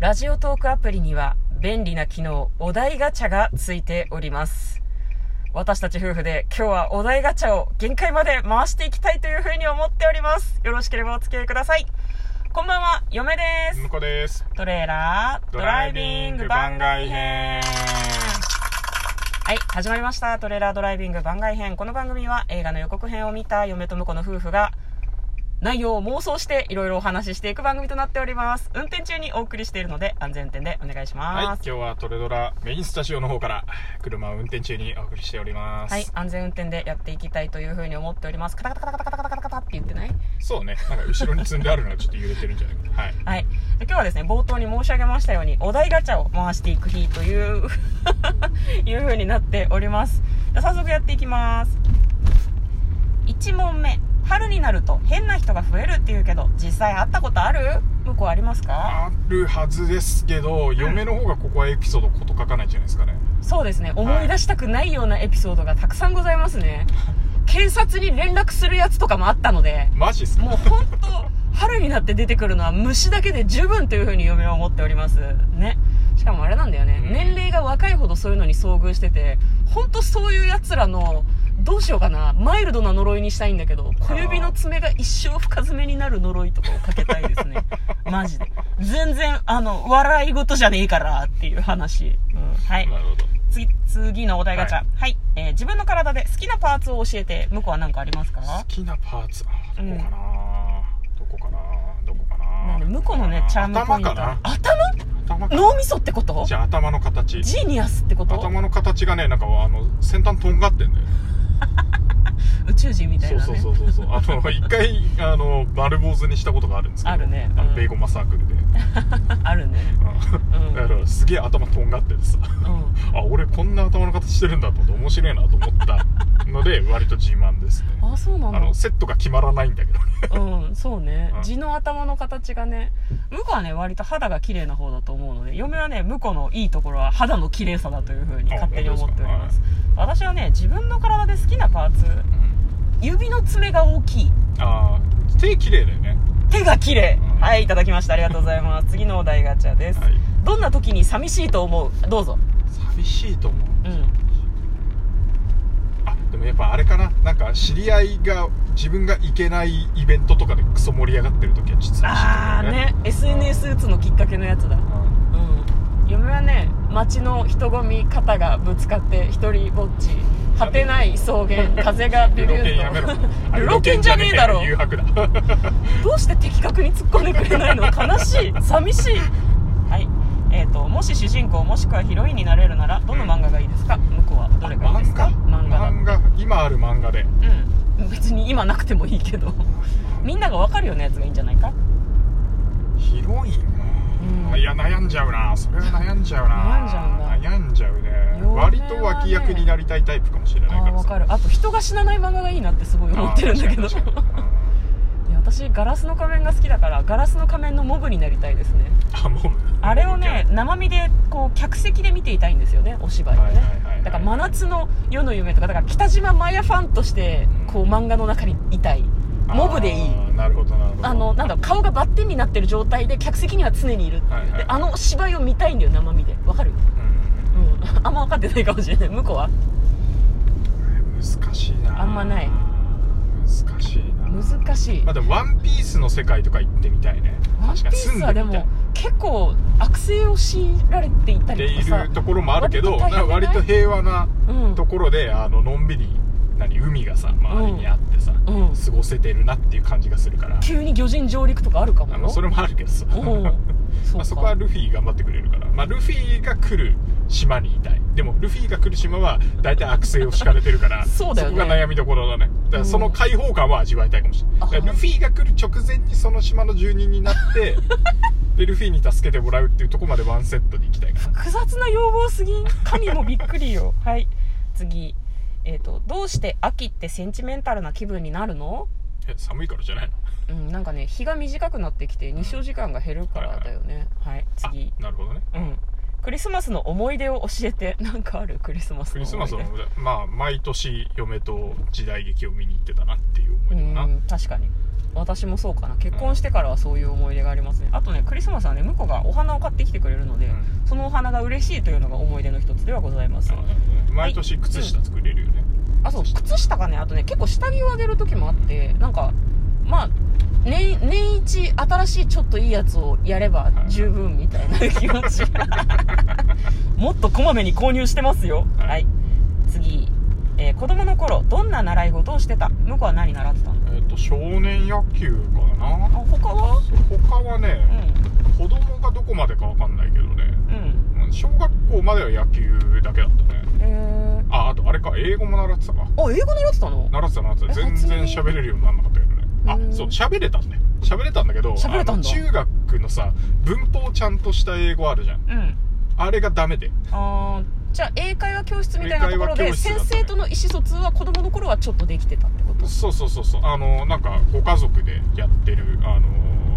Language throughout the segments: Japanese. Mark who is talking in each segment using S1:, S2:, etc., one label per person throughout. S1: ラジオトークアプリには便利な機能、お題ガチャがついております。私たち夫婦で今日はお題ガチャを限界まで回していきたいというふうに思っております。よろしければお付き合いください。こんばんは、嫁です
S2: 向。こうです
S1: トレーラード
S2: ド
S1: ラ
S2: ラ
S1: イ
S2: イ
S1: ビ
S2: ビ
S1: ン
S2: ン
S1: グ
S2: グ
S1: 番外
S2: 番
S1: 編
S2: 外編
S1: はい始まりましたトレーラードライビング番外編この番組は映画の予告編を見た嫁と婿の夫婦が内容を妄想していろいろお話ししていく番組となっております運転中にお送りしているので安全運転でお願いし
S2: はい今
S1: ます
S2: 日はトレドラメインスタジオの方から車を運転中にお送りしております、
S1: はい、安全運転でやっていきたいというふうに思っておりますカタカタカタカタカタカタカタって言ってない
S2: そうねなんか後ろに積んであるのがちょっと揺れてるんじゃない かなはい
S1: はい、で今日はですね冒頭に申し上げましたようにお題ガチャを回していく日という いう風になっておりますじゃあ早速やっていきます1問目春になると変な人が増えるっていうけど実際会ったことある向こうありますか
S2: あるはずですけど、嫁の方がここはエピソードこと書かないんじゃないですかね
S1: そうですね思い出したくないようなエピソードがたくさんございますね警察に連絡するやつとかもあったので
S2: マジっすか
S1: もう本当春になって出てくるのは虫だけで十分というふうに嫁は思っておりますねしかもあれなんだよね、
S2: うん
S1: 年齢が若いほどそういうのに遭遇してて本当そういうやつらのどうしようかなマイルドな呪いにしたいんだけど小指の爪が一生深爪になる呪いとかをかけたいですね マジで全然あの笑い事じゃねえからっていう話、うん、はい
S2: なるほど
S1: 次次のお題ガチャは、
S2: はい
S1: えー自分の体で好きなパーツを教えて向こうは何かありますか
S2: 好きなパーツあどこかな、どこかなどこか
S1: な
S2: なん
S1: で向こうのねチャームポイント
S2: 頭かな
S1: 頭
S2: 頭か
S1: 脳みそってこと
S2: じゃあ頭の形
S1: ジーニアスってこと
S2: 頭の形がねなんかあの先端とんがってんだよ
S1: 宇宙人みたい
S2: そ
S1: な
S2: う
S1: ね
S2: そうそうそうそうあの一回あの丸坊主にしたことがあるんですけど
S1: あるね
S2: あ
S1: うん
S2: のベーゴマサークルで、
S1: あるね
S2: うんだからすげえ頭とんがっててさ
S1: うん
S2: あ俺こんな頭の形してるんだと思って面白いなと思ったので割と自慢ですね
S1: あそうな
S2: あ
S1: の
S2: のセットが決まらないんだけどね
S1: うんそうね
S2: うん
S1: 地の頭の形がね向こうはね割と肌が綺麗な方だと思うので嫁はね向こうのいいところは肌の綺麗さだというふうに
S2: あ
S1: 勝手に思っております
S2: 本
S1: 私はね自分の体で好きなパーツ指の爪が大きい
S2: ああ手綺麗だよね
S1: 手が綺麗
S2: うん
S1: はいいただきましたありがとうございます次のお題ガチャです、
S2: はい
S1: どんな時に寂しいと思うどうぞ
S2: 寂しいと思う
S1: うん
S2: あでもやっぱあれかななんか知り合いが自分が行けないイベントとかでクソ盛り上がってる時は実は寂しいと
S1: ああ
S2: 思う
S1: ね SNS 打つのきっかけのやつだ
S2: うん
S1: うん嫁はね街の人混み肩がぶつかって一人ぼっち果てない草原風がビ
S2: ル
S1: ュ
S2: ロ
S1: ビュ
S2: ケンやめろ
S1: ーンと
S2: あ
S1: ル ロケンじゃねえだろ
S2: 誘惑だ
S1: どうして的確に突っ込んでくれないの悲しい寂しいはいえー、ともし主人公もしくはヒロインになれるならどの漫画がいいですか向こうはどれがいいですか漫
S2: 漫
S1: 画
S2: 画
S1: だ
S2: 漫画今ある漫画で
S1: うん別に今なくてもいいけどみんなが分かるようなやつがいいんじゃないか
S2: ヒロイン
S1: うん
S2: な、いや悩んじゃうなそれは悩んじゃうな
S1: 悩んじゃうんだ
S2: 悩んじゃうね
S1: 嫁はね
S2: 割と脇役になりたいタイプかもしれない
S1: あ
S2: か
S1: あ
S2: ら
S1: 分かるあと人が死なない漫画がいいなってすごい思ってるんだけど
S2: あー確かに確かに
S1: いや私ガラスの仮面が好きだからガラスの仮面のモブになりたいですね
S2: うんあもう
S1: あれをね生身でこう客席で見ていたいんですよねお芝居をね、
S2: はいはいはいはい
S1: だから「真夏の夜の夢」とかだから北島麻也ファンとしてこう漫画の中にいたいモブでいい
S2: あーなるほどなるほど
S1: あのなんだろう顔がバッテンになってる状態で客席には常にいるっていう、
S2: はいはいはい
S1: であの芝居を見たいんだよ生身でわかる
S2: うん
S1: うんあんま分かってないかもしれない向こうは
S2: 難しいな
S1: あんまない
S2: 難しいな
S1: 難しい
S2: まあでも「ワンピースの世界とか行ってみたいね
S1: ワンピー
S2: 確かに住ん
S1: スはで
S2: みたい
S1: も結構悪性を強いられていた
S2: って
S1: りと
S2: い
S1: かさ
S2: るところもあるけど
S1: 割と大変
S2: 割と平和な
S1: うん
S2: ところであののんびり何海がさ周りにあってさ、
S1: うん
S2: 過ごせてるなっていう感じがするから、
S1: 急に魚人上陸とかあるかも
S2: あのそれもあるけどさ、
S1: おうそう
S2: ま
S1: か
S2: あ、そこはルフィ頑張ってくれるから、まあ、ルフィが来る島にいたいでもルフィが来る島は大体悪性を敷かれてるから
S1: そうだよね
S2: こが悩みどころだねだ
S1: う
S2: か
S1: ん
S2: らその解放感は味わいたいかもしれないだから
S1: あ
S2: ルフィが来る直前にその島の住人になって でルフィに助けてもらうっていうところまでワンセットで行きたいかな
S1: 複雑な要望すぎん神もびっくりよはい次えっ、とどうして秋ってセンチメンタルな気分になるの
S2: え寒いからじゃないの
S1: うんなんかね日が短くなってきて日照時間が減るからだよねはい次
S2: あなるほどね
S1: うんクリスマスの思い出を教えて なんかあるクリスマス
S2: ク
S1: の
S2: リス
S1: 思
S2: マ
S1: い
S2: ス
S1: 出
S2: のまあ毎年嫁と時代劇を見に行ってたなっていう思い出だ
S1: う
S2: なん
S1: 確かに私もそうかな結婚してからはそういう思い出がありますねあとねクリスマスはね向こうがお花を買ってきてくれるので、
S2: うん
S1: そのお花が嬉しいというのが思い出の一つではございます
S2: あなるほどね毎年靴下作れるよね、
S1: あそう靴下がねあとね結構下着をあげる時もあってなんかまあ年年一新しいちょっといいやつをやれば十分みたいな気持ち もっとこまめに購入してますよ
S2: は
S1: はいい、次、えー子供の頃どんな習い事をしてた向こうは何習ってたの
S2: えっ、と少年野球か
S1: あ
S2: な
S1: 他は
S2: 他は
S1: う
S2: ね、
S1: ん
S2: 子供がどこまでかわかんないけどね
S1: うん
S2: うん小学校までは野球だけだったね
S1: えー、
S2: ああとあれか英語も習ってたか
S1: あ英語習ってたの
S2: 習ってた習ってた
S1: え
S2: 全然
S1: 初
S2: 喋れるようにならなかったけどねあ
S1: うん
S2: そう喋れたね喋れたんだけど
S1: 喋れたんだ
S2: あの中学のさ文法ちゃんとした英語あるじゃん
S1: うん
S2: あれがダメで
S1: あーじゃあ英会話教室みたいなところ
S2: 英会
S1: で
S2: 話教室だ
S1: 先生
S2: ったね
S1: との意思疎通は子供の頃はちょっとできてたってこと
S2: そうそうそうそうあのなんかご家族でやってるあの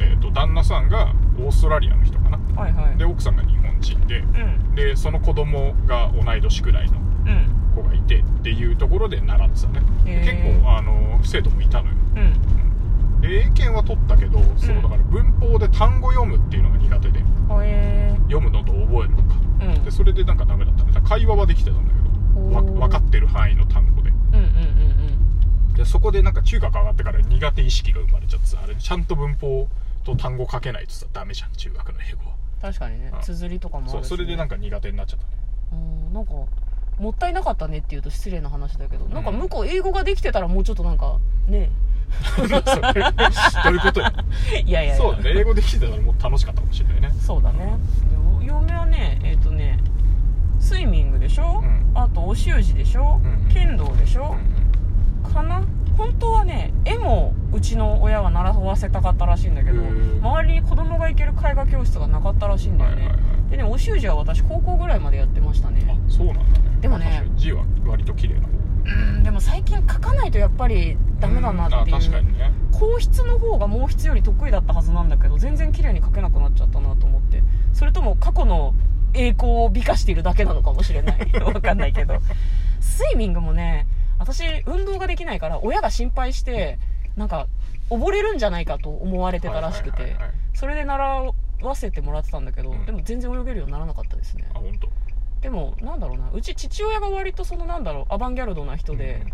S2: えっ、と旦那さんがオーストラリアの人かな
S1: はいはい
S2: で奥さんが日本人で
S1: うん
S2: でその子供が同い年くらいの
S1: うん
S2: 子がいてっていうところで習ってたねで
S1: へー
S2: 結構あの生徒もいたのよ
S1: うん
S2: で英検は取ったけど、そのだから文法で単語読むっていうのが苦手で
S1: ほえ
S2: 読むのと覚えるのか
S1: ーうん
S2: でそれでなんかダメだったねだから会話はできてたんだけどわ
S1: おー
S2: 分かってる範囲の単語で
S1: うんうんうん
S2: でそこでなんか中学上がってから苦手意識が生まれちゃってさあれちゃんと文法と単語書けないとさダメじゃん中学の英語は
S1: 確かにね
S2: うん
S1: 綴りとかもあるし
S2: そう
S1: ね
S2: それでなんか苦手になっちゃったね
S1: うんなんかもったいなかったねっていうと失礼な話だけど、なんか
S2: うん
S1: 向こう英語ができてたらもうちょっとなんか ね
S2: それどういうことよ
S1: いやいやいや
S2: そうだね英語できてたらもう楽しかったかもしれないね
S1: そうだねでお嫁はねえっ、とねスイミングでしょ、
S2: うん
S1: あとお習字でしょ、
S2: うんうん
S1: 剣道でし
S2: うん
S1: ょ、かな本当はね絵もうちの親は習わせたかったらしいんだけど
S2: へー
S1: 周りに子供が行ける絵画教室がなかったらしいん
S2: うん
S1: だ
S2: は
S1: よ
S2: い
S1: ね、
S2: はいはい
S1: でねお習字は私高校ぐらいまでやってましたね
S2: あそうなんだね
S1: でもね
S2: 確かに字は割と綺麗な方
S1: うんでも最近書かないとやっぱりダメだなっていう
S2: あ確かにね
S1: 硬筆の方が毛筆より得意だったはずなんだけど全然綺麗に書けなくなっちゃったなと思ってそれとも過去の栄光を美化しているだけなのかもしれ ないわかんないけどスイミングもね私運動ができないから親が心配してなんか溺れるんじゃないかと思われてたらしく
S2: はい
S1: て
S2: はいはいはい
S1: それで習わせてもらってたんだけど、
S2: うん
S1: でも全然泳げるようにならなかったですね
S2: あ本当
S1: でもなんだろうなうち父親が割とそのなんだろうアバンギャルドな人で、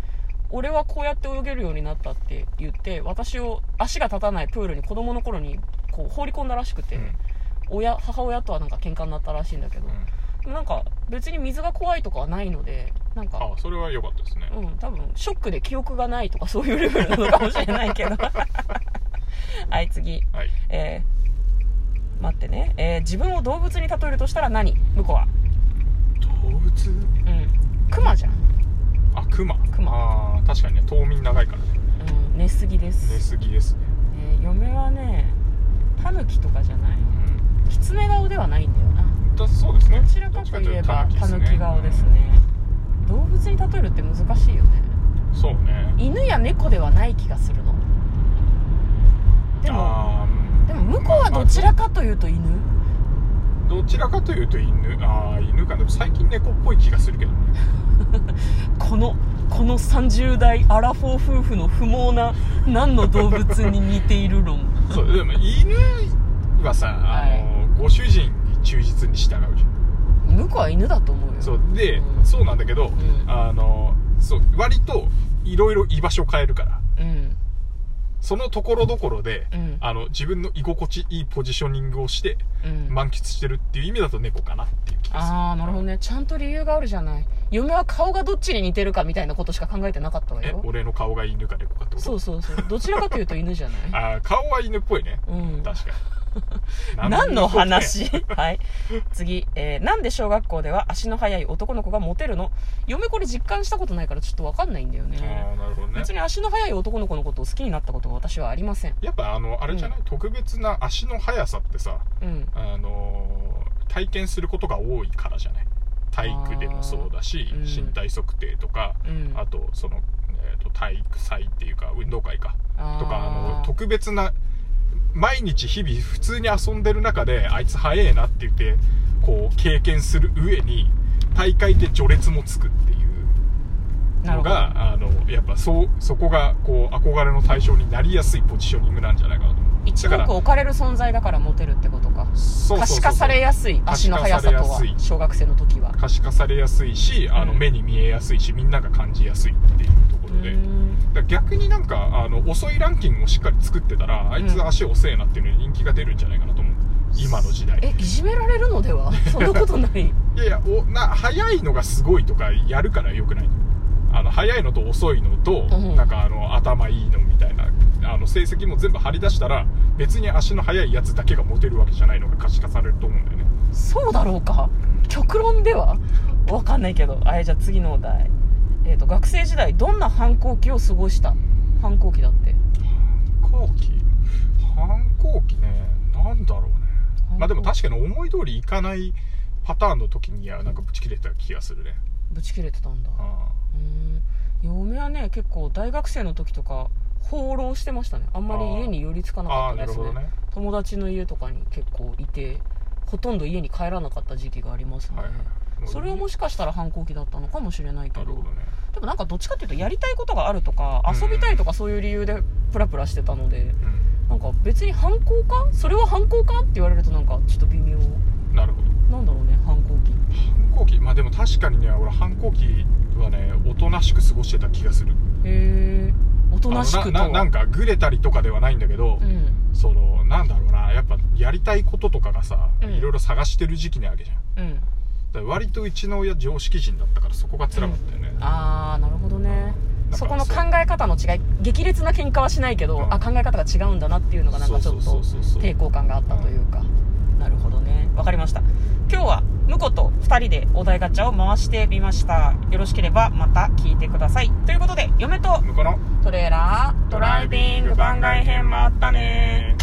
S1: 俺はこうやって泳げるようになったって言って私を足が立たないプールに子供の頃にこう放り込んだらしくて、
S2: うんうん
S1: 親母親とはなんか喧嘩になったらしいんだけど、でもなんか別に水が怖いとかはないのでなんか
S2: あそれは良かったですね
S1: うん多分ショックで記憶がないとかそういうレベルなのかもしれない けどはい次
S2: はい
S1: えー待ってね、えー自分を動物に例えるとしたら何向こうは
S2: 動物
S1: うんクマじゃん、
S2: あクマ
S1: クマ
S2: あー確かにね冬眠長いからね
S1: うん、寝すぎです
S2: 寝すぎですね
S1: ね嫁はねタヌキとかじゃない
S2: うん
S1: キツネ顔ではないんだよな
S2: だそうですね
S1: どちらかといえば
S2: どっち
S1: タ
S2: かという
S1: ヌ
S2: と
S1: キ顔ですね動物に例えるって難しいよね
S2: うんそうね
S1: 犬や猫ではない気がするのでも
S2: あー
S1: でも向こうはどちらかというと犬
S2: どちらかというと犬あー犬かでも最近猫っぽい気がするけ どね
S1: このこの30代アラフォー夫婦の不毛な何の動物に似ている論
S2: そうでも犬はさあの、ご主人に忠実に従うじゃん
S1: 向こうは犬だと思うよ
S2: そうで、
S1: うん
S2: そうなんだけど、
S1: ん
S2: あのそう割といろいろ居場所変えるから
S1: うん
S2: そのところどころで、
S1: うん
S2: あの自分の居心地いいポジショニングをして
S1: うん
S2: 満喫してるっていう意味だと猫かなっていう気がする
S1: ああなるほどねちゃんと理由があるじゃない嫁は顔がどっちに似てるかみたいなことしか考えてなかったわ
S2: え
S1: よ
S2: 俺の顔が犬か猫かってこと
S1: そうそうそうどちらかというと犬じゃない
S2: あー顔は犬っぽいね
S1: うん
S2: 確か に
S1: 何の 話はい次、えーなんで小学校では足の速い男の子がモテるの嫁これ実感したことないからちょっと分かんないんだよ
S2: あ
S1: ね
S2: あなるほどね
S1: 別に足の速い男の子のことを好きになったことが私はありません
S2: やっぱあのあれじゃない、特別な足の速さってさ
S1: うん
S2: あのー体験することが多いからじゃない体育でもそうだし、
S1: あーうん
S2: 身体測定とか、
S1: うん
S2: あとその、えー、と体育祭っていうか運動会か
S1: あー
S2: とかあの特別な毎日日々普通に遊んでる中であいつ速えなって言ってこう経験する上に大会で序列もつくっていう
S1: なる
S2: の
S1: ほど
S2: があのやっぱそうそこがこう憧れの対象になりやすいポジショニングなんじゃないかなと思う
S1: 一
S2: だ
S1: 目
S2: から
S1: 置かれる存在だからモテるってことか
S2: そうそうそう
S1: 可視化されやすい足の速さと
S2: 可視化
S1: は
S2: されやすい
S1: 小学生の時は
S2: 可視化されやすいしあの
S1: うん
S2: 目に見えやすいしみんなが感じやすいっていうとこ
S1: う
S2: ろで。
S1: ーん
S2: だから逆になんかあの遅いランキングをしっかり作ってたらあいつ足遅えなっていうのに人気が出るんじゃないかなと思う今の時代
S1: えいじめられるのではそんなことない
S2: いやいやおな早いのがすごいとかやるからよくないあの早いのと遅いのと、
S1: うん
S2: なんかあの頭いいのみたいなあの成績も全部張り出したら別に足の速いやつだけがモテるわけじゃないのが可視化されると思うんだよね
S1: そうだろうか極論ではわかんないけどあえじゃあ次のお題、えー、と学生時代どんな反抗期を過ごした反抗期だって
S2: 反抗期反抗期ねなんだろうねまあでも確かに思い通りいかないパターンの時にはなんかぶち切れた気がするね
S1: ぶち切れてたんだ
S2: う
S1: うー
S2: ん
S1: ん嫁はね結構大学生の時とか放浪してましたねあんまり家に寄りつかな
S2: あ
S1: か
S2: あ
S1: った
S2: な
S1: で
S2: る
S1: す
S2: ほ
S1: ね
S2: どね
S1: 友達の家とかに結構いてほとんど家に帰らなかった時期がありますね、
S2: はいはい
S1: それをもしかしたら反抗期だったのかもしれないけ
S2: な
S1: ど
S2: るほどね
S1: でもなんかどっちかっていうとやりたいことがあるとか
S2: うん
S1: 遊びたいとかそういう理由でプラプラしてたので
S2: う
S1: なんか別に反抗かそれは反抗かって言われるとなんかちょっと微妙
S2: んなるほど
S1: なんだろうね反抗期
S2: 反抗期まあでも確かにね俺反抗期はねおとなしく過ごしてた気がする
S1: へえおとなしく
S2: あの
S1: と
S2: なななん
S1: か
S2: かぐれたりとかではないんだけど、
S1: うん
S2: そのなんだろうなやっぱやりたいこととかがさ、
S1: うん
S2: いろいろ探してる時期なわけじゃん
S1: うん
S2: だから割とうちの親常識人だったからそこが辛かったよね、
S1: ああなるほどね
S2: うん
S1: そこの
S2: だ
S1: 考
S2: から
S1: え方の違い激烈な喧嘩はしないけど、
S2: うん
S1: あ考え方が違うんだなっていうのがなんかちょっ
S2: そ
S1: と
S2: うそうそうそう
S1: 抵抗感があったというか、なるほどねわかりました今日は向こうと2人でお題ガチャを回してみましたよろしければまた聞いてくださいということで嫁と
S2: 向こうの
S1: トレーラード
S2: ドライビング番外編もあったね